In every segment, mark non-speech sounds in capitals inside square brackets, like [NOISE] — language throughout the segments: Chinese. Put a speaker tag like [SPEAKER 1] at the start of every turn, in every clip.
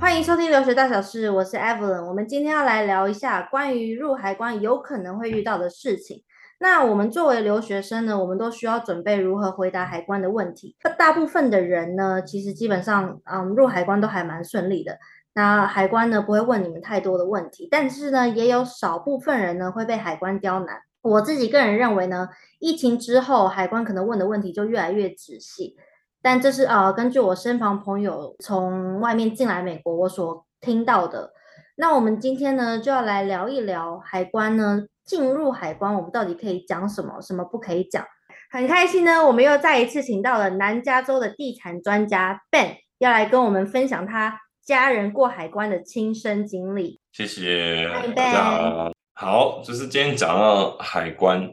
[SPEAKER 1] 欢迎收听《留学大小事》，我是 Evelyn。我们今天要来聊一下关于入海关有可能会遇到的事情。那我们作为留学生呢，我们都需要准备如何回答海关的问题。那大部分的人呢，其实基本上，嗯，入海关都还蛮顺利的。那海关呢不会问你们太多的问题，但是呢，也有少部分人呢会被海关刁难。我自己个人认为呢，疫情之后，海关可能问的问题就越来越仔细。但这是呃，根据我身旁朋友从外面进来美国，我所听到的。那我们今天呢，就要来聊一聊海关呢，进入海关我们到底可以讲什么，什么不可以讲。很开心呢，我们又再一次请到了南加州的地产专家 Ben，要来跟我们分享他家人过海关的亲身经历。
[SPEAKER 2] 谢谢
[SPEAKER 1] 嗨
[SPEAKER 2] 大家
[SPEAKER 1] Ben
[SPEAKER 2] 好。好，就是今天讲到海关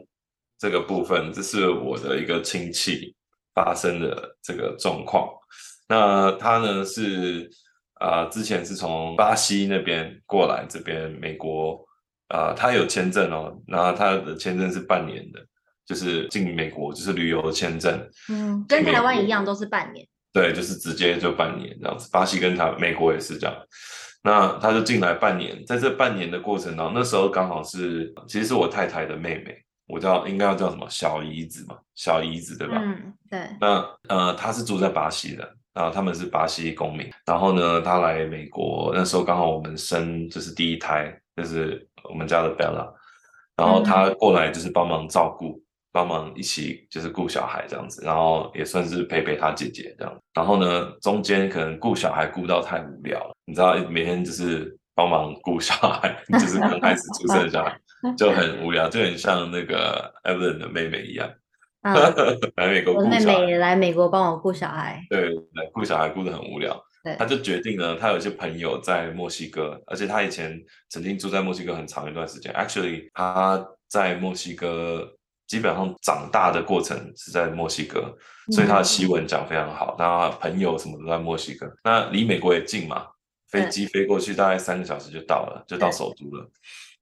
[SPEAKER 2] 这个部分，这是我的一个亲戚发生的这个状况。那他呢是啊、呃之前是从巴西那边过来这边美国，啊，他有签证哦，然后他的签证是半年的，就是进美国就是旅游签证，
[SPEAKER 1] 嗯，跟台湾一样都是半年。
[SPEAKER 2] 对，就是直接就半年这样子。巴西跟他美国也是这样。那他就进来半年，在这半年的过程当中，那时候刚好是其实是我太太的妹妹，我叫应该要叫什么小姨子嘛，小姨子对吧？
[SPEAKER 1] 嗯，对，
[SPEAKER 2] 那呃，她是住在巴西的，然后他们是巴西公民。然后呢，她来美国那时候刚好我们生就是第一胎，就是我们家的 Bella，然后
[SPEAKER 1] 嗯
[SPEAKER 2] 她过来就是帮忙照顾，帮忙一起就是顾小孩这样子，然后也算是陪陪她姐姐这样。然后呢，中间可能顾小孩顾到太无聊了，你知道每天就是帮忙顾小孩， [LAUGHS] 就是刚开始出生的小孩就很无聊，就很像那个 Evelyn 的妹妹一样，
[SPEAKER 1] 嗯，
[SPEAKER 2] 来美国
[SPEAKER 1] 我
[SPEAKER 2] 顾
[SPEAKER 1] 的妹
[SPEAKER 2] 小孩
[SPEAKER 1] 妹。也来美国帮我顾小孩。
[SPEAKER 2] 对，顾小孩顾得很无聊
[SPEAKER 1] 对，
[SPEAKER 2] 他就决定呢，他有一些朋友在墨西哥，而且他以前曾经住在墨西哥很长一段时间。Actually，他在墨西哥基本上长大的过程是在墨西哥，所以
[SPEAKER 1] 嗯
[SPEAKER 2] 他的西文讲非常好。那朋友什么都在墨西哥，那离美国也近嘛，飞
[SPEAKER 1] 对
[SPEAKER 2] 机飞过去大概三个小时就到了，就到
[SPEAKER 1] 对
[SPEAKER 2] 首都了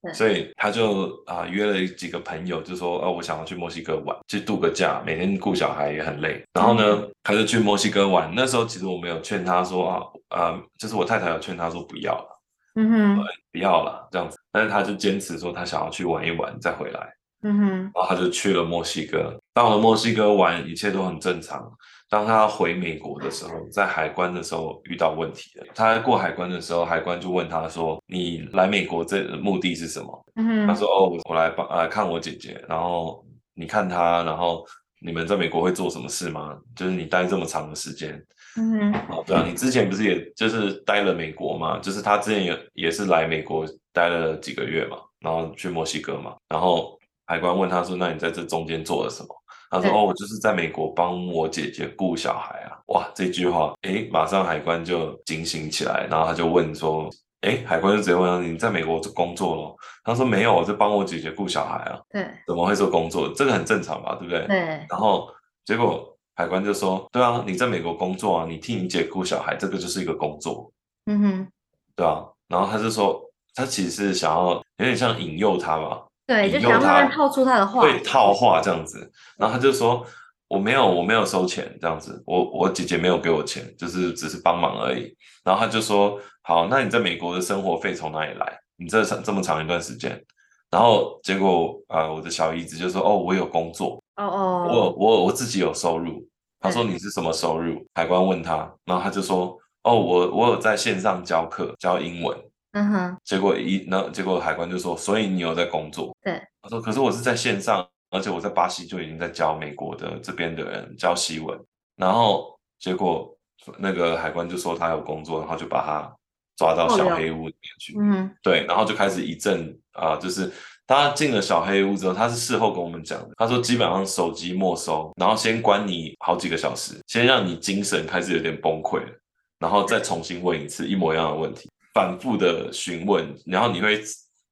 [SPEAKER 1] 对。
[SPEAKER 2] 所以他就啊、约了几个朋友，就说哦，我想要去墨西哥玩，去度个假，每天顾小孩也很累。然后呢，他就去墨西哥玩。那时候其实我没有劝他说啊，呃，就是我太太有劝他说不要了，
[SPEAKER 1] 嗯哼，
[SPEAKER 2] 不要了这样子，但是他就坚持说他想要去玩一玩再回来。
[SPEAKER 1] 嗯哼，
[SPEAKER 2] 然后他就去了墨西哥。到了墨西哥玩，一切都很正常。当他回美国的时候，在海关的时候遇到问题了。他过海关的时候，海关就问他说：“你来美国这目的是什么？”
[SPEAKER 1] 嗯
[SPEAKER 2] 他
[SPEAKER 1] 哼，
[SPEAKER 2] 说：“哦，我来帮呃看我姐姐，然后你看她，然后你们在美国会做什么事吗？就是你待这么长的时间，
[SPEAKER 1] 嗯哼，
[SPEAKER 2] 哦，对啊，你之前不是也就是待了美国嘛？就是他之前也也是来美国待了几个月嘛，然后去墨西哥嘛，然后海关问他说：“那你在这中间做了什么？”他说：“
[SPEAKER 1] 对
[SPEAKER 2] 哦，我就是在美国帮我姐姐顾小孩啊。”哇，这句话，诶，马上海关就警醒起来，然后他就问说：“诶，海关就直接问他：你在美国工作咯？”他说：“没有，我在帮我姐姐顾小孩啊，
[SPEAKER 1] 对
[SPEAKER 2] 怎么会说工作？这个很正常吧，对不对？”
[SPEAKER 1] 对，
[SPEAKER 2] 然后结果海关就说：“对啊，你在美国工作啊，你替你姐顾小孩，这个就是一个工作，
[SPEAKER 1] 嗯哼，
[SPEAKER 2] 对啊。”然后他就说，他其实是想要有点像引诱他吧，
[SPEAKER 1] 对，
[SPEAKER 2] 引
[SPEAKER 1] 就
[SPEAKER 2] 诱
[SPEAKER 1] 想要慢慢
[SPEAKER 2] 他
[SPEAKER 1] 套出他的话，
[SPEAKER 2] 对，套话这样子。然后他就说：“我没有，我没有收钱，这样子，我我姐姐没有给我钱，就是只是帮忙而已。”然后他就说：“好，那你在美国的生活费从哪里来？你这长这么长一段时间。”然后结果，呃，我的小姨子就说：“哦，我有工作。”
[SPEAKER 1] 哦
[SPEAKER 2] 我
[SPEAKER 1] 哦，
[SPEAKER 2] 我我自己有收入。他说
[SPEAKER 1] 对
[SPEAKER 2] 你是什么收入？海关问他，然后他就说哦，我我有在线上教课，教英文。
[SPEAKER 1] 嗯哼，
[SPEAKER 2] 结果一那结果海关就说，所以你有在工作？
[SPEAKER 1] 对。
[SPEAKER 2] 他说可是我是在线上，而且我在巴西就已经在教美国的这边的人教西文。然后结果那个海关就说他有工作，然后就把他抓到
[SPEAKER 1] 扣留
[SPEAKER 2] 小黑屋里面去。
[SPEAKER 1] 嗯哼，
[SPEAKER 2] 对，然后就开始一阵啊、就是他进了小黑屋之后，他是事后跟我们讲的，他说基本上手机没收，然后先关你好几个小时，先让你精神开始有点崩溃了，然后再重新问一次一模一样的问题，反复的询问，然后你会，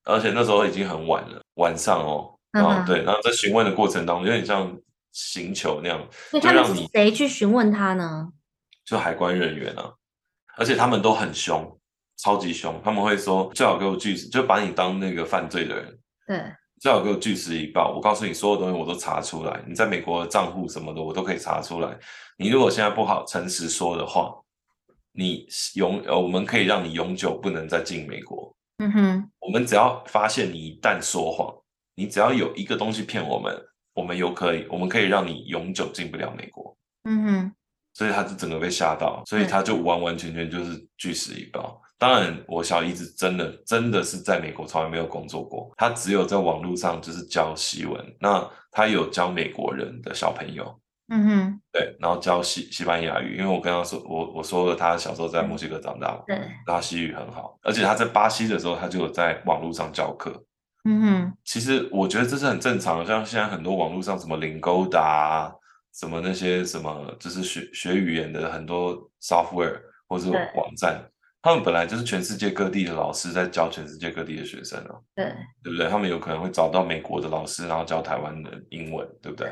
[SPEAKER 2] 而且那时候已经很晚了，晚上哦，然
[SPEAKER 1] 嗯
[SPEAKER 2] 后
[SPEAKER 1] 哼
[SPEAKER 2] 对，然后在询问的过程当中，有点像刑求那样，
[SPEAKER 1] 所以
[SPEAKER 2] 就
[SPEAKER 1] 他们
[SPEAKER 2] 让
[SPEAKER 1] 是
[SPEAKER 2] 你
[SPEAKER 1] 谁去询问他呢？
[SPEAKER 2] 就海关人员啊，而且他们都很凶，超级凶，他们会说最好给我据实，就把你当那个犯罪的人，
[SPEAKER 1] 对，
[SPEAKER 2] 最好给我据实以报。我告诉你，所有东西我都查出来，你在美国的账户什么的，我都可以查出来。你如果现在不好诚实说的话，你永呃，我们可以让你永久不能再进美国。
[SPEAKER 1] 嗯哼，
[SPEAKER 2] 我们只要发现你一旦说谎，你只要有一个东西骗我们，我们有可以，我们可以让你永久进不了美国。
[SPEAKER 1] 嗯哼，
[SPEAKER 2] 所以他就整个被吓到，所以
[SPEAKER 1] 对
[SPEAKER 2] 他就完完全全就是据实以报。当然，我小姨子真的真的是在美国从来没有工作过，她只有在网络上就是教西文。那她有教美国人的小朋友，
[SPEAKER 1] 嗯哼，
[SPEAKER 2] 对，然后教西西班牙语，因为我跟她说，我我说了，她小时候在墨西哥长大嘛，
[SPEAKER 1] 对，
[SPEAKER 2] 她西语很好，而且她在巴西的时候，她就有在网络上教课。
[SPEAKER 1] 嗯哼，
[SPEAKER 2] 其实我觉得这是很正常的，像现在很多网络上什么零勾达、什么那些什么，就是学学语言的很多 software 或是
[SPEAKER 1] 对
[SPEAKER 2] 网站，他们本来就是全世界各地的老师在教全世界各地的学生啊，
[SPEAKER 1] 对，
[SPEAKER 2] 对不对？他们有可能会找到美国的老师，然后教台湾的英文，对不对？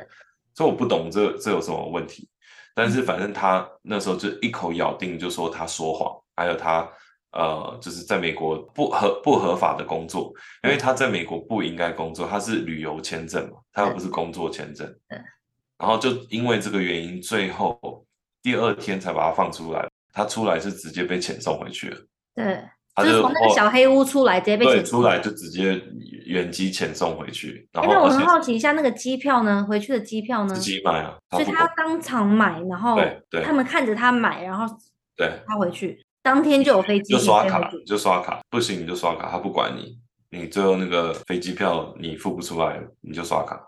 [SPEAKER 2] 所以我不懂这这有什么问题，但
[SPEAKER 1] 嗯
[SPEAKER 2] 是反正他那时候就一口咬定就说他说谎，还有他呃就是在美国不合不合法的工作，
[SPEAKER 1] 嗯
[SPEAKER 2] 因为他在美国不应该工作，他是旅游签证嘛，他又不是工作签证
[SPEAKER 1] 对，
[SPEAKER 2] 然后就因为这个原因，最后第二天才把他放出来，他出来是直接被遣送回去了，
[SPEAKER 1] 对，
[SPEAKER 2] 他哦
[SPEAKER 1] 就是从那个
[SPEAKER 2] 后
[SPEAKER 1] 小黑屋出来，直接被
[SPEAKER 2] 对
[SPEAKER 1] 遣
[SPEAKER 2] 出来就直接原机遣送回去，然
[SPEAKER 1] 哎，
[SPEAKER 2] 后
[SPEAKER 1] 那我
[SPEAKER 2] 而
[SPEAKER 1] 很
[SPEAKER 2] 且
[SPEAKER 1] 好奇一下，那个机票呢？回去的机票呢？
[SPEAKER 2] 自己买啊，他
[SPEAKER 1] 所以
[SPEAKER 2] 不
[SPEAKER 1] 他
[SPEAKER 2] 管
[SPEAKER 1] 要当场买，然后
[SPEAKER 2] 对对
[SPEAKER 1] 他们看着他买，然后
[SPEAKER 2] 对。
[SPEAKER 1] 他回去，当天就有飞机
[SPEAKER 2] 就刷
[SPEAKER 1] 飞回
[SPEAKER 2] 卡
[SPEAKER 1] 去，
[SPEAKER 2] 就刷卡，不行你就刷卡，他不管你。你最后那个飞机票你付不出来，你就刷卡。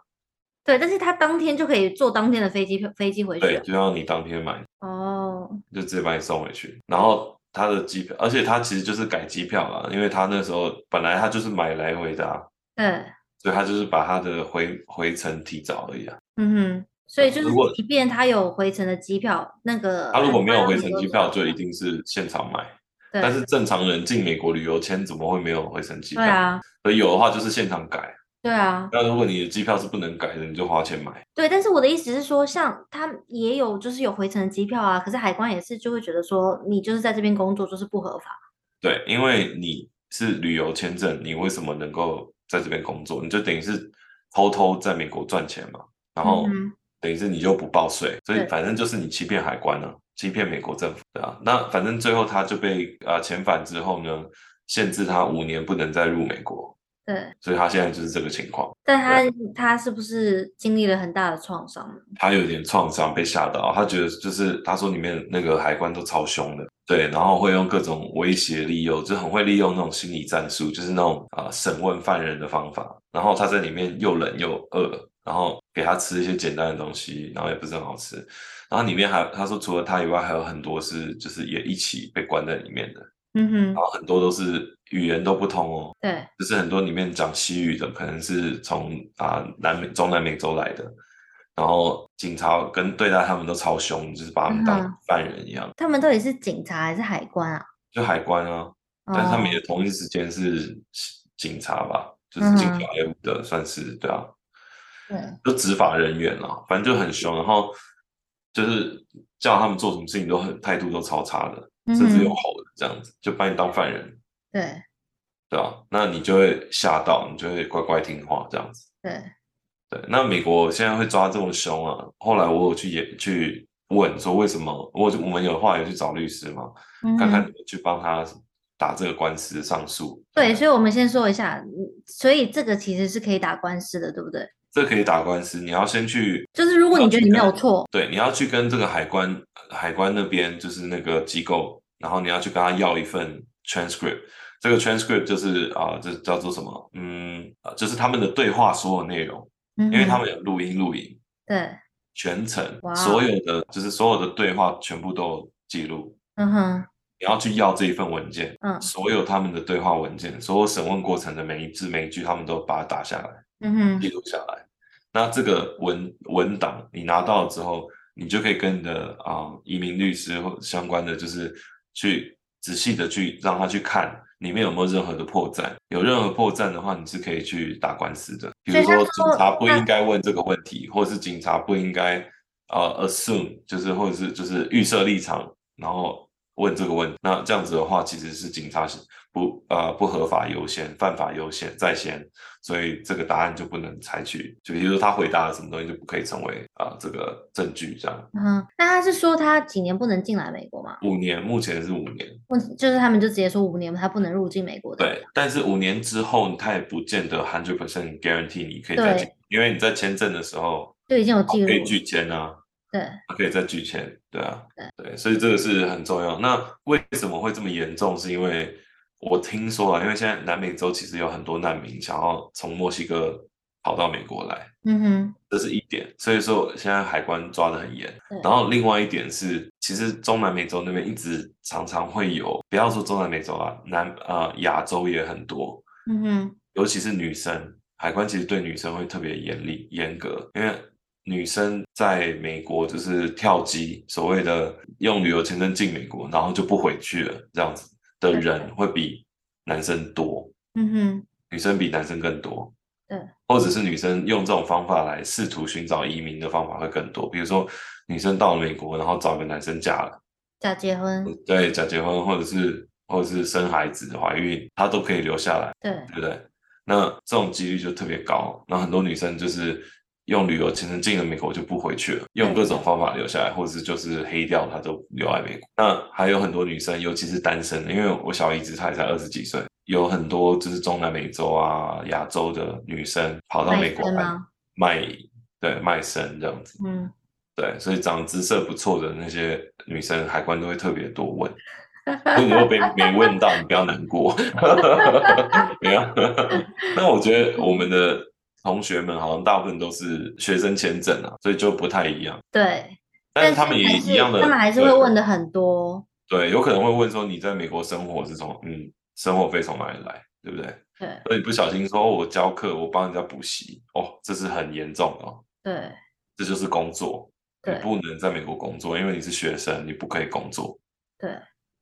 [SPEAKER 1] 对，但是他当天就可以坐当天的飞机票飞机回去
[SPEAKER 2] 对，
[SPEAKER 1] 了。
[SPEAKER 2] 就让你当天买，
[SPEAKER 1] 哦，
[SPEAKER 2] 就直接把你送回去。然后他的机票，而且他其实就是改机票了，因为他那时候本来他就是买来回的、啊，
[SPEAKER 1] 对，
[SPEAKER 2] 所以他就是把他的回回程提早而已啊。
[SPEAKER 1] 嗯哼，所以就是
[SPEAKER 2] 如果
[SPEAKER 1] 即便他有回程的机票，那个
[SPEAKER 2] 他如果
[SPEAKER 1] 海
[SPEAKER 2] 没有
[SPEAKER 1] 关
[SPEAKER 2] 回
[SPEAKER 1] 很
[SPEAKER 2] 程
[SPEAKER 1] 多
[SPEAKER 2] 机
[SPEAKER 1] 种
[SPEAKER 2] 票，就一定是现场买。
[SPEAKER 1] 对，
[SPEAKER 2] 但是正常人进美国旅游签怎么会没有回程机票？
[SPEAKER 1] 对啊，
[SPEAKER 2] 所以有的话就是现场改。
[SPEAKER 1] 对啊，
[SPEAKER 2] 那如果你的机票是不能改的，你就花钱买。
[SPEAKER 1] 对，但是我的意思是说，像他也有就是有回程的机票啊，可是海关也是就会觉得说你就是在这边工作就是不合法，
[SPEAKER 2] 对，因为你是旅游签证，你为什么能够在这边工作？你就等于是偷偷在美国赚钱嘛，然后
[SPEAKER 1] 嗯哼
[SPEAKER 2] 等于是你就不报税，所以
[SPEAKER 1] 对
[SPEAKER 2] 反正就是你欺骗海关了、欺骗美国政府，对啊。那反正最后他就被呃遣返之后呢，限制他五年不能再入美国，
[SPEAKER 1] 对，
[SPEAKER 2] 所以他现在就是这个情况，
[SPEAKER 1] 但他他是不是经历了很大的创伤呢？
[SPEAKER 2] 他有点创伤，被吓到，他觉得就是他说里面那个海关都超凶的。对，然后会用各种威胁利诱，就很会利用那种心理战术，就是那种啊、呃审问犯人的方法。然后他在里面又冷又饿，然后给他吃一些简单的东西，然后也不是很好吃。然后里面还他说除了他以外，还有很多是就是也一起被关在里面的，
[SPEAKER 1] 嗯哼，
[SPEAKER 2] 然后很多都是语言都不通哦，
[SPEAKER 1] 对，
[SPEAKER 2] 就是很多里面讲西语的，可能是从啊、南美中南美洲来的。然后警察跟对待他们都超凶，就是把他
[SPEAKER 1] 嗯
[SPEAKER 2] 们当犯人一样，
[SPEAKER 1] 他们到底是警察还是海关啊？
[SPEAKER 2] 就海关啊，但是他们也
[SPEAKER 1] 哦
[SPEAKER 2] 同一时间是警察吧，就是警
[SPEAKER 1] 嗯
[SPEAKER 2] 察业务的，算是对啊，
[SPEAKER 1] 对，
[SPEAKER 2] 就执法人员啦，反正就很凶，然后就是叫他们做什么事情都很态度都超差的，甚至有
[SPEAKER 1] 嗯哼
[SPEAKER 2] 吼的这样子，就把你当犯人，
[SPEAKER 1] 对
[SPEAKER 2] 对啊，那你就会吓到，你就会乖乖听话这样子。
[SPEAKER 1] 对，
[SPEAKER 2] 对，那美国现在会抓这么凶啊？后来我有去也去问说为什么，我我们有话也去找律师嘛，
[SPEAKER 1] 嗯
[SPEAKER 2] 看看
[SPEAKER 1] 哼
[SPEAKER 2] 怎么去帮他打这个官司上诉。嗯
[SPEAKER 1] 对，所以我们先说一下，嗯所以这个其实是可以打官司的，对不对？
[SPEAKER 2] 这可以打官司，你要先去
[SPEAKER 1] 就是如果
[SPEAKER 2] 要
[SPEAKER 1] 你觉得
[SPEAKER 2] 去
[SPEAKER 1] 你没
[SPEAKER 2] 跟
[SPEAKER 1] 有错，
[SPEAKER 2] 对，你要去跟这个海关海关那边就是那个机构，然后你要去跟他要一份 transcript。这个 transcript 就是啊、这叫做什么？嗯，呃就是他们的对话所有内容，
[SPEAKER 1] 因
[SPEAKER 2] 因为他们有录音录影，
[SPEAKER 1] 嗯对，
[SPEAKER 2] 全程
[SPEAKER 1] 哇
[SPEAKER 2] 所有的就是所有的对话全部都有记录。
[SPEAKER 1] 嗯哼，
[SPEAKER 2] 你要去要这一份文件，
[SPEAKER 1] 嗯
[SPEAKER 2] 所有他们的对话文件，所有审问过程的每一字每一句，他们都把它打下来。
[SPEAKER 1] 嗯哼，
[SPEAKER 2] 记录下来。那这个文文档你拿到了之后，你就可以跟你的啊、移民律师或相关的，就是去仔细的去让他去看里面有没有任何的破绽。有任何破绽的话，你是可以去打官司的。比如
[SPEAKER 1] 所以他
[SPEAKER 2] 说，警察
[SPEAKER 1] 说
[SPEAKER 2] 不应该问这个问题，或者是警察不应该呃 assume，就是或者是就是预设立场，然后问这个问题。那这样子的话，其实是警察是不呃不合法优先、犯法优先在先，所以这个答案就不能采取。就比如说他回答了什么东西，就不可以成为啊、呃这个证据。这样
[SPEAKER 1] 嗯，那他是说他几年不能进来美国吗？
[SPEAKER 2] 五年，目前是五年，
[SPEAKER 1] 问题就是他们就直接说五年他不能入境美国的。
[SPEAKER 2] 对。但是五年之后，他也不见得 hundred percent guarantee 你可以再
[SPEAKER 1] 对
[SPEAKER 2] 进，因为你在签证的时候
[SPEAKER 1] 就已经有记录
[SPEAKER 2] 可以
[SPEAKER 1] 了。
[SPEAKER 2] 拒签啊。
[SPEAKER 1] 对，
[SPEAKER 2] 它可以再拒签，对啊，对，所以这个是很重要。那为什么会这么严重？是因为我听说啊，因为现在南美洲其实有很多难民想要从墨西哥跑到美国来，
[SPEAKER 1] 嗯哼，
[SPEAKER 2] 这是一点。所以说现在海关抓得很严
[SPEAKER 1] 对。
[SPEAKER 2] 然后另外一点是，其实中南美洲那边一直常常会有，不要说中南美洲啊，南呃亚洲也很多，
[SPEAKER 1] 嗯哼，
[SPEAKER 2] 尤其是女生，海关其实对女生会特别严厉、严格，因为女生在美国就是跳机，所谓的用旅游签证进美国，然后就不回去了，这样子的
[SPEAKER 1] 对
[SPEAKER 2] 人会比男生多，
[SPEAKER 1] 嗯哼，
[SPEAKER 2] 女生比男生更多。
[SPEAKER 1] 对，
[SPEAKER 2] 或者是女生用这种方法来试图寻找移民的方法会更多，比如说女生到了美国，然后找个男生嫁了。
[SPEAKER 1] 假结婚，
[SPEAKER 2] 对，假结婚或者是或者是生孩子、怀孕，她都可以留下来，
[SPEAKER 1] 对，
[SPEAKER 2] 对不对？那这种几率就特别高。那很多女生就是用旅游签证进了美国就不回去了，用各种方法留下来，或者是就是黑掉她都留在美国。那还有很多女生，尤其是单身的，因为我小姨子她也才二十几岁，有很多就是中南美洲啊、亚洲的女生跑到美国
[SPEAKER 1] 卖身
[SPEAKER 2] 来
[SPEAKER 1] 吗？
[SPEAKER 2] 卖对卖身这样子。
[SPEAKER 1] 嗯，
[SPEAKER 2] 对，所以长姿色不错的那些女生，海关都会特别多
[SPEAKER 1] [LAUGHS]
[SPEAKER 2] 问。如果被没问到，你不要难过。 [LAUGHS] 没有。那我觉得我们的同学们好像大部分都是学生签证啊，所以就不太一样。
[SPEAKER 1] 对。
[SPEAKER 2] 但是
[SPEAKER 1] 他
[SPEAKER 2] 他们也
[SPEAKER 1] 还
[SPEAKER 2] 一样的，
[SPEAKER 1] 他们还是
[SPEAKER 2] 对
[SPEAKER 1] 会问的很多。
[SPEAKER 2] 对，有可能会问说你在美国生活是从嗯生活费从哪里来，对不对？
[SPEAKER 1] 对
[SPEAKER 2] 所以不小心说、哦我教课，我帮人家补习，哦，这是很严重的哦，
[SPEAKER 1] 对
[SPEAKER 2] 这就是工作。你
[SPEAKER 1] 对
[SPEAKER 2] 不能在美国工作，因为你是学生，你不可以工作，
[SPEAKER 1] 对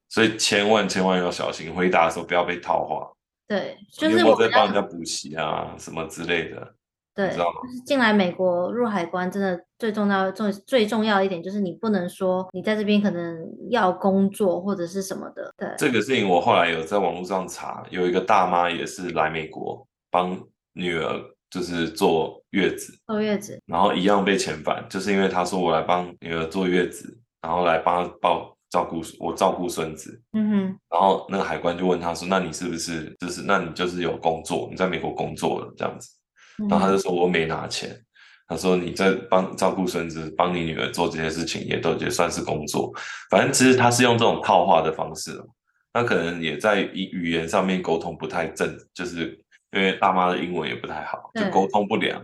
[SPEAKER 2] 所以千万千万要小心。回答的时候不要被套话，
[SPEAKER 1] 对，就
[SPEAKER 2] 你
[SPEAKER 1] 是
[SPEAKER 2] 有没
[SPEAKER 1] 我
[SPEAKER 2] 有在
[SPEAKER 1] 们
[SPEAKER 2] 帮
[SPEAKER 1] 要
[SPEAKER 2] 人家补习啊什么之类的，
[SPEAKER 1] 对，
[SPEAKER 2] 知道吗
[SPEAKER 1] 就是进来美国入海关，真的最重要、最最重要一点就是你不能说你在这边可能要工作或者是什么的。对，
[SPEAKER 2] 这个事情我后来有在网络上查，有一个大妈也是来美国帮女儿就是坐月子，
[SPEAKER 1] 坐月子，
[SPEAKER 2] 然后一样被遣返，就是因为她说我来帮女儿坐月子，然后来帮她抱照顾我照顾孙子，
[SPEAKER 1] 嗯哼，
[SPEAKER 2] 然后那个海关就问她说，那你是不是就是那你就是有工作，你在美国工作了这样子。
[SPEAKER 1] 嗯
[SPEAKER 2] 然后他
[SPEAKER 1] 哼
[SPEAKER 2] 就说我没拿钱，他说你在帮照顾孙子、帮你女儿做这些事情，也都也算是工作。反正其实他是用这种套话的方式哦，那可能也在语语言上面沟通不太正，就是因为大妈的英文也不太好，就
[SPEAKER 1] 对
[SPEAKER 2] 沟通不良，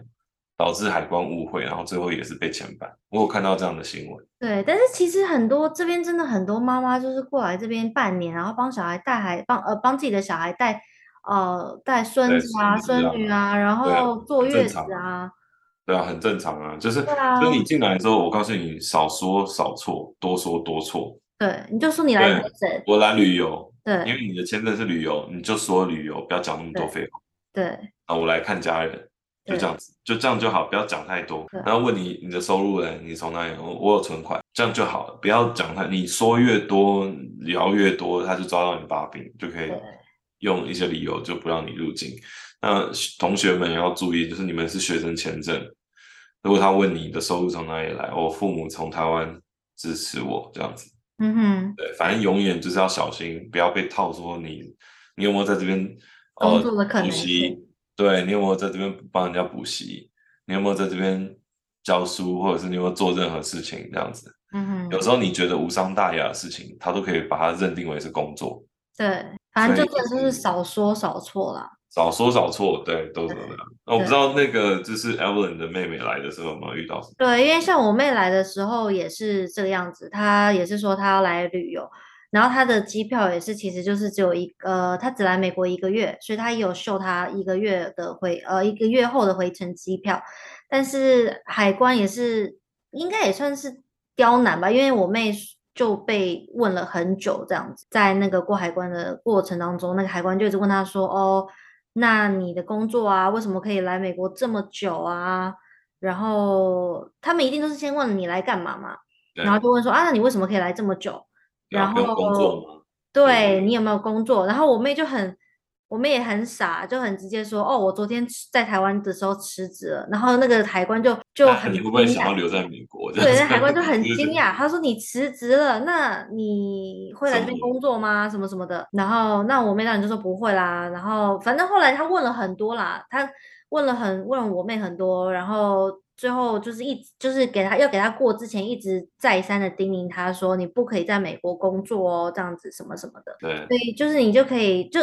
[SPEAKER 2] 导致海关误会，然后最后也是被遣返。我有看到这样的新闻，
[SPEAKER 1] 对，但是其实很多这边真的很多妈妈就是过来这边半年，然后帮小孩带孩帮呃帮自己的小孩带呃带孙
[SPEAKER 2] 带
[SPEAKER 1] 子啊、
[SPEAKER 2] 孙子
[SPEAKER 1] 孙
[SPEAKER 2] 啊
[SPEAKER 1] 女啊，然
[SPEAKER 2] 对啊
[SPEAKER 1] 后坐
[SPEAKER 2] 很
[SPEAKER 1] 月
[SPEAKER 2] 正常
[SPEAKER 1] 子啊，
[SPEAKER 2] 对啊，很正常啊，就是
[SPEAKER 1] 对啊
[SPEAKER 2] 就是你进来之后，我告诉你少说少错，多说多错。
[SPEAKER 1] 对，你就说你来
[SPEAKER 2] 对
[SPEAKER 1] 留诊，
[SPEAKER 2] 我来旅游，因
[SPEAKER 1] 对
[SPEAKER 2] 为你的签证是旅游，你就说旅游，不要讲那么多
[SPEAKER 1] 对
[SPEAKER 2] 废话。
[SPEAKER 1] 对
[SPEAKER 2] 啊，我来看家人，就
[SPEAKER 1] 对
[SPEAKER 2] 这样子，就这样就好，不要讲太多
[SPEAKER 1] 对。
[SPEAKER 2] 然后问你你的收入呢？你从哪里？我我有存款，这样就好了，不要讲太，你说越多聊越多，他就抓到你把柄，就可以
[SPEAKER 1] 对
[SPEAKER 2] 用一些理由就不让你入境。那同学们也要注意，就是你们是学生签证，如果他问你的收入从哪里来，我父母从台湾支持我这样子，
[SPEAKER 1] 嗯哼，
[SPEAKER 2] 对，反正永远就是要小心，不要被套说你你有没有在这边
[SPEAKER 1] 工
[SPEAKER 2] 呃
[SPEAKER 1] 作的可
[SPEAKER 2] 补
[SPEAKER 1] 能性
[SPEAKER 2] 习，对你有没有在这边帮人家补习，你有没有在这边教书，或者是你有没有做任何事情这样子。
[SPEAKER 1] 嗯哼，
[SPEAKER 2] 有时候你觉得无伤大雅的事情，他都可以把它认定为是工作，
[SPEAKER 1] 对，反正
[SPEAKER 2] 所
[SPEAKER 1] 就
[SPEAKER 2] 以
[SPEAKER 1] 真的
[SPEAKER 2] 就
[SPEAKER 1] 就是
[SPEAKER 2] 是
[SPEAKER 1] 少说少错啦。
[SPEAKER 2] 少说少错，对，都是
[SPEAKER 1] 对
[SPEAKER 2] 这样。那我不
[SPEAKER 1] 对
[SPEAKER 2] 知道那个就是 Evelyn 的妹妹来的时候有没有遇到什么？
[SPEAKER 1] 对，因为像我妹来的时候也是这个样子，她也是说她要来旅游，然后她的机票也是，其实就是只有一呃，她只来美国一个月，所以她也有秀她一个月的回呃一个月后的回程机票，但是海关也是应该也算是刁难吧，因为我妹是就被问了很久这样子，在那个过海关的过程当中，那个海关就一直问她说：“哦，那你的工作啊，为什么可以来美国这么久啊？”然后他们一定都是先问你来干嘛嘛，
[SPEAKER 2] 对
[SPEAKER 1] 然后就问说：“啊，那你为什么可以来这么久？”
[SPEAKER 2] 对啊
[SPEAKER 1] 然
[SPEAKER 2] 不用工作
[SPEAKER 1] 后
[SPEAKER 2] 吗？
[SPEAKER 1] 对
[SPEAKER 2] 嗯
[SPEAKER 1] 你有没有工作？然后我妹就很，我妹也很傻，就很直接说，哦，我昨天辞在台湾的时候辞职了。然后那个海关就就
[SPEAKER 2] 那
[SPEAKER 1] 很
[SPEAKER 2] 哎你会不会
[SPEAKER 1] 惊
[SPEAKER 2] 想
[SPEAKER 1] 讶
[SPEAKER 2] 要留在美国？这
[SPEAKER 1] 对，那
[SPEAKER 2] 样
[SPEAKER 1] 海关就很
[SPEAKER 2] [LAUGHS] 是
[SPEAKER 1] 惊讶，他说：“你辞职了，那你会来这边
[SPEAKER 2] 什么
[SPEAKER 1] 工作吗？什么什么的。”然后那我妹当然就说不会啦。然后反正后来他问了很多啦，他问了很问了我妹很多，然后最后就是一直就是给他要给他过之前一直再三的叮咛他说：“你不可以在美国工作哦，这样子什么什么的。”
[SPEAKER 2] 对，
[SPEAKER 1] 所以就是你就可以就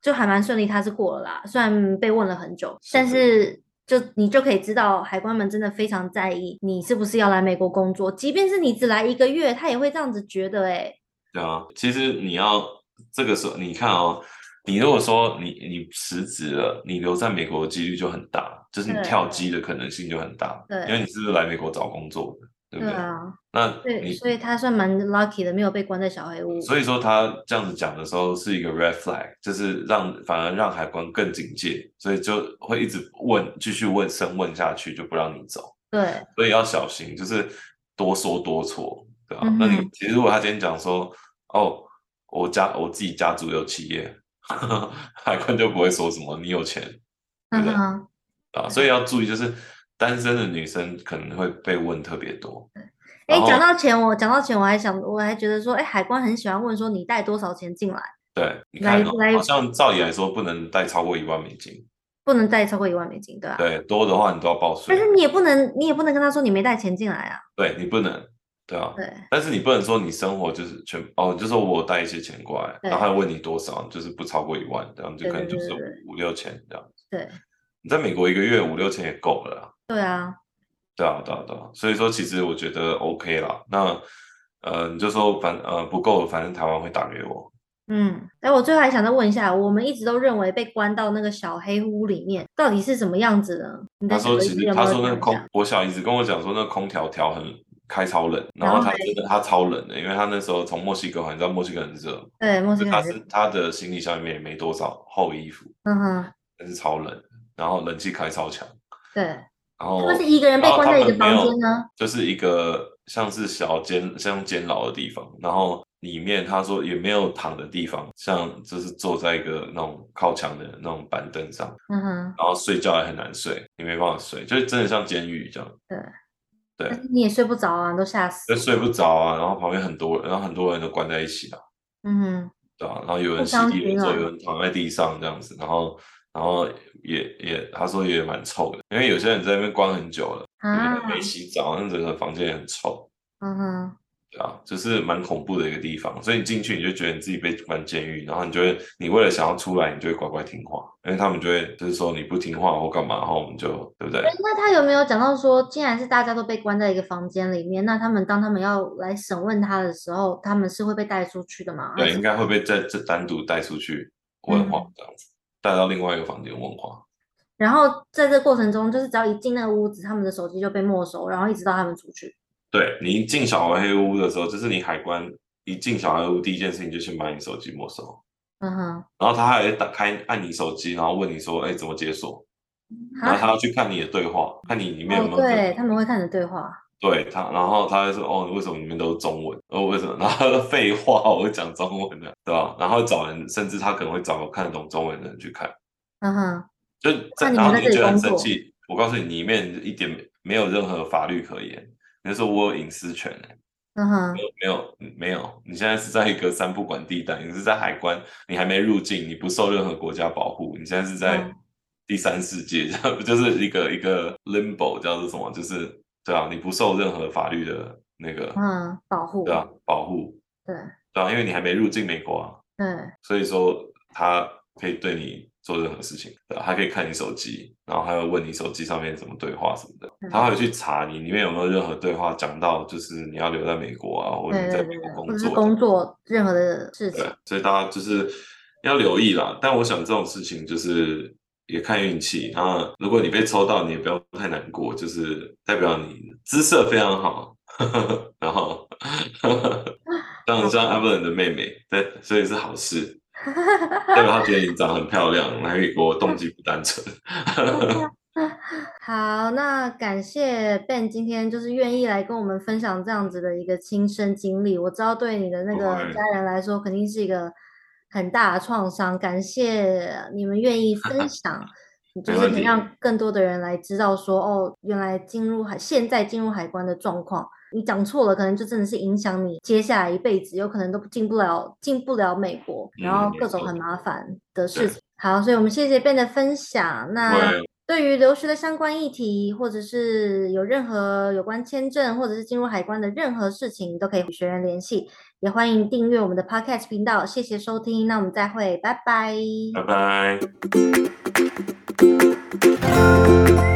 [SPEAKER 1] 就还蛮顺利，他是过了啦。虽然被问了很久，
[SPEAKER 2] 是
[SPEAKER 1] 但
[SPEAKER 2] 的
[SPEAKER 1] 是就你就可以知道海关们真的非常在意你是不是要来美国工作，即便是你只来一个月，他也会这样子觉得、欸。哎，
[SPEAKER 2] 对啊，其实你要这个时候，你看哦，你如果说你你辞职了，你留在美国的几率就很大，就是你
[SPEAKER 1] 对
[SPEAKER 2] 跳机的可能性就很大，
[SPEAKER 1] 对
[SPEAKER 2] 因为你是来美国找工作的，对不
[SPEAKER 1] 对
[SPEAKER 2] 对？
[SPEAKER 1] 啊，
[SPEAKER 2] 那
[SPEAKER 1] 对，
[SPEAKER 2] 你
[SPEAKER 1] 所以他算蛮 lucky 的，没有被关在小黑屋。
[SPEAKER 2] 所以说他这样子讲的时候是一个 red flag，就是让反而让海关更警戒，所以就会一直问，继续问深问下去，就不让你走。
[SPEAKER 1] 对，
[SPEAKER 2] 所以要小心，就是多说多错，对吧、
[SPEAKER 1] 嗯哼
[SPEAKER 2] 那你其实如果他今天讲说，哦，我家我自己家族有企业， [LAUGHS] 海关就不会说什么你有钱，对
[SPEAKER 1] 嗯
[SPEAKER 2] 不对
[SPEAKER 1] 哼，
[SPEAKER 2] 啊，所以要注意，就是单身的女生可能会被问特别多。
[SPEAKER 1] 哎
[SPEAKER 2] 然，后
[SPEAKER 1] 讲到钱，我讲到钱，我还想，我还觉得说，哎，海关很喜欢问说你带多少钱进来，
[SPEAKER 2] 对，你
[SPEAKER 1] 来
[SPEAKER 2] 看、哦
[SPEAKER 1] 来，
[SPEAKER 2] 好像照理来说不能带超过一万美金，
[SPEAKER 1] 不能带超过一万美金，对啊。
[SPEAKER 2] 对，多的话你都要报税
[SPEAKER 1] 但，是你也不能，你也不能跟他说你没带钱进来啊，
[SPEAKER 2] 对你不能，对啊，
[SPEAKER 1] 对。
[SPEAKER 2] 但是你不能说你生活就是全哦，你就说我有带一些钱过来，
[SPEAKER 1] 对
[SPEAKER 2] 然后他问你多少，就是不超过一万，这样就
[SPEAKER 1] 对
[SPEAKER 2] 可能
[SPEAKER 1] 对
[SPEAKER 2] 就
[SPEAKER 1] 对
[SPEAKER 2] 是
[SPEAKER 1] 对对
[SPEAKER 2] 五五六千这样。
[SPEAKER 1] 对
[SPEAKER 2] 你在美国一个月五六千也够了啦，
[SPEAKER 1] 对啊，
[SPEAKER 2] 对啊，对啊，对啊。所以说其实我觉得 OK 啦。那呃，你就说反呃不够，反正台湾会打给我。
[SPEAKER 1] 嗯，哎，我最后还想再问一下，我们一直都认为被关到那个小黑屋里面，到底是什么样子呢？你的
[SPEAKER 2] 他
[SPEAKER 1] 小
[SPEAKER 2] 说
[SPEAKER 1] 黑
[SPEAKER 2] 其
[SPEAKER 1] 屋
[SPEAKER 2] 实
[SPEAKER 1] 有没
[SPEAKER 2] 他
[SPEAKER 1] 有
[SPEAKER 2] 说那
[SPEAKER 1] 讲一
[SPEAKER 2] 个空
[SPEAKER 1] 下，
[SPEAKER 2] 我小姨子跟我讲说那个空调调很开超冷，
[SPEAKER 1] 然
[SPEAKER 2] 然后
[SPEAKER 1] 后
[SPEAKER 2] 他真的他超冷的，因为他那时候从墨西哥回来，你知道墨西哥很热嘛，
[SPEAKER 1] 对，墨西
[SPEAKER 2] 就
[SPEAKER 1] 哥
[SPEAKER 2] 他
[SPEAKER 1] 人
[SPEAKER 2] 是他的行李箱里面也没多少厚衣服，
[SPEAKER 1] 嗯哼，
[SPEAKER 2] 但是超冷，然后冷气开超强。
[SPEAKER 1] 对，
[SPEAKER 2] 然后
[SPEAKER 1] 他们是一个人被
[SPEAKER 2] 哦然后
[SPEAKER 1] 关
[SPEAKER 2] 他
[SPEAKER 1] 在一
[SPEAKER 2] 们
[SPEAKER 1] 个
[SPEAKER 2] 没
[SPEAKER 1] 房
[SPEAKER 2] 有
[SPEAKER 1] 间呢？
[SPEAKER 2] 就是一个像是小监像监牢的地方，然后里面他说也没有躺的地方，像就是坐在一个那种靠墙的那种板凳上，
[SPEAKER 1] 嗯哼，
[SPEAKER 2] 然后睡觉也很难睡，你没办法睡，就是真的像监狱这样，
[SPEAKER 1] 对，
[SPEAKER 2] 对
[SPEAKER 1] 但是你也睡不着啊，你都吓死
[SPEAKER 2] 就，睡不着啊，然后旁边很多人，然后很多人都关在一起啊，
[SPEAKER 1] 嗯哼，
[SPEAKER 2] 对啊，然后有
[SPEAKER 1] 互
[SPEAKER 2] 人席
[SPEAKER 1] 相
[SPEAKER 2] 地
[SPEAKER 1] 取
[SPEAKER 2] 而坐，
[SPEAKER 1] 暖
[SPEAKER 2] 有人躺在地上这样子，然后然后也也他说也蛮臭的，因为有些人在那边关很久了，有些人
[SPEAKER 1] 啊
[SPEAKER 2] 没，洗澡，那整个房间也很臭。
[SPEAKER 1] 嗯哼，
[SPEAKER 2] 对啊，就是蛮恐怖的一个地方，所以你进去你就觉得你自己被关监狱，然后你就会，你为了想要出来，你就会乖乖听话，因为他们就会就是说你不听话或干嘛，然后我们就对不对
[SPEAKER 1] 哎？，那他有没有讲到说，既然是大家都被关在一个房间里面，那他们当他们要来审问他的时候，他们是会被带出去的吗？还
[SPEAKER 2] 对，
[SPEAKER 1] 是
[SPEAKER 2] 应该会被再再单独带出去问
[SPEAKER 1] 嗯
[SPEAKER 2] 话这样子，带到另外一个房间问话。
[SPEAKER 1] 然后在这过程中，就是只要一进那个屋子，他们的手机就被没收，然后一直到他们出去。
[SPEAKER 2] 对你一进小黑屋的时候，就是你海关一进小黑屋，第一件事情就先把你手机没收，
[SPEAKER 1] 嗯哼，
[SPEAKER 2] 然后他还打开按你手机，然后问你说，哎，怎么解锁？嗯然后
[SPEAKER 1] 啊，
[SPEAKER 2] 他要去看你的对话，看你里面
[SPEAKER 1] 哦
[SPEAKER 2] 有没，有跟
[SPEAKER 1] 对，他们会看你的对话，
[SPEAKER 2] 对他，然后他就说：“哦，为什么你们都是中文？哦，为什么？”然 [LAUGHS] 后他说：“废话，我会讲中文的，对吧？”然后找人，甚至他可能会找看得懂中文的人去看，
[SPEAKER 1] 嗯哼，
[SPEAKER 2] 就
[SPEAKER 1] 那你们
[SPEAKER 2] 然后
[SPEAKER 1] 在
[SPEAKER 2] 你
[SPEAKER 1] 这
[SPEAKER 2] 就
[SPEAKER 1] 里
[SPEAKER 2] 觉得很
[SPEAKER 1] 工
[SPEAKER 2] 生
[SPEAKER 1] 作
[SPEAKER 2] 气。我告诉你，里面一点没有任何法律可言。你就说我有隐私权、欸，
[SPEAKER 1] 嗯哼，
[SPEAKER 2] 没有没有，你现在是在一个三不管地带，你是在海关，你还没入境，你不受任何国家保护，你现在是在
[SPEAKER 1] 嗯
[SPEAKER 2] 第三世界， [LAUGHS] 这样就是一个一个 limbo 叫做什么？就是对啊，你不受任何法律的那个。
[SPEAKER 1] 嗯，保护，
[SPEAKER 2] 对啊，保护，
[SPEAKER 1] 对
[SPEAKER 2] 对啊，因为你还没入境美国啊，
[SPEAKER 1] 对
[SPEAKER 2] 所以说他可以对你做任何事情，对啊，他可以看你手机，然后还会问你手机上面什么对话什么的，
[SPEAKER 1] 嗯
[SPEAKER 2] 他会去查你里面有没有任何对话讲到就是你要留在美国啊，或者
[SPEAKER 1] 对
[SPEAKER 2] 你在
[SPEAKER 1] 对
[SPEAKER 2] 美
[SPEAKER 1] 对
[SPEAKER 2] 国
[SPEAKER 1] 对，
[SPEAKER 2] 工
[SPEAKER 1] 或者
[SPEAKER 2] 作
[SPEAKER 1] 是
[SPEAKER 2] 这样，
[SPEAKER 1] 工作任何的事情
[SPEAKER 2] 对，，所以大家就是要留意啦。但我想这种事情就是。也看运气，那如果你被抽到，你也不要太难过，就是代表你姿色非常好， [LAUGHS] 然后像像 Evelyn 的妹妹，对，所以是好事，代表她觉得你长得很漂亮，然后也给我动机不单纯。
[SPEAKER 1] 好，那感谢 Ben 今天就是愿意来跟我们分享这样子的一个亲身经历。我知道对你的那个
[SPEAKER 2] 不会
[SPEAKER 1] 家人来说，肯定是一个很大的创伤。感谢你们愿
[SPEAKER 2] [LAUGHS]
[SPEAKER 1] 意分享，就是
[SPEAKER 2] 问
[SPEAKER 1] 可以
[SPEAKER 2] 题
[SPEAKER 1] 让更多的人来知道说，哦，原来进入海现在进入海关的状况，你讲错了，可能就真的是影响你接下来一辈子，有可能都进不了进不了美国，然
[SPEAKER 2] 嗯
[SPEAKER 1] 后
[SPEAKER 2] 没
[SPEAKER 1] 各种
[SPEAKER 2] 错
[SPEAKER 1] 很麻烦的事
[SPEAKER 2] 对
[SPEAKER 1] 情。好，所以我们谢谢 Ben 的分享。那
[SPEAKER 2] 对，
[SPEAKER 1] 对于留学的相关议题，或者是有任何有关签证或者是进入海关的任何事情，都可以与学员联系。也欢迎订阅我们的 Podcast 频道，谢谢收听，那我们再会，拜拜
[SPEAKER 2] 拜拜。